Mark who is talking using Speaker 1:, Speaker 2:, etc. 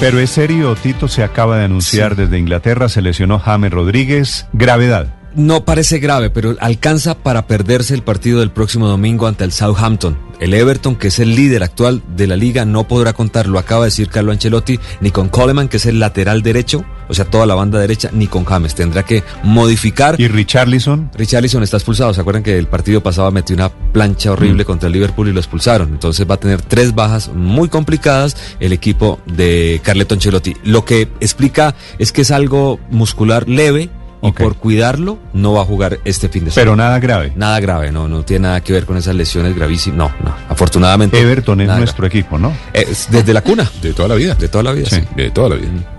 Speaker 1: Pero es serio, Tito se acaba de anunciar desde Inglaterra, se lesionó James Rodríguez, gravedad.
Speaker 2: No parece grave, pero alcanza para perderse el partido del próximo domingo ante el Southampton. El Everton, que es el líder actual de la liga, no podrá contar, lo acaba de decir Carlo Ancelotti, ni con Coleman, que es el lateral derecho, o sea, toda la banda derecha, ni con James. Tendrá que modificar.
Speaker 1: ¿Y Richarlison?
Speaker 2: Richarlison está expulsado. ¿Se acuerdan que el partido pasado metió una plancha horrible mm. contra el Liverpool y lo expulsaron? Entonces va a tener tres bajas muy complicadas el equipo de Carleto Ancelotti. Lo que explica es que es algo muscular leve, y okay. por cuidarlo no va a jugar este fin de semana.
Speaker 1: Pero nada grave.
Speaker 2: Nada grave, no, no tiene nada que ver con esas lesiones gravísimas. No, no, afortunadamente.
Speaker 1: Everton es nuestro grave. equipo, ¿no?
Speaker 2: Es desde la cuna.
Speaker 3: De toda la vida.
Speaker 2: De toda la vida. Sí. Mm. sí.
Speaker 3: De toda la vida.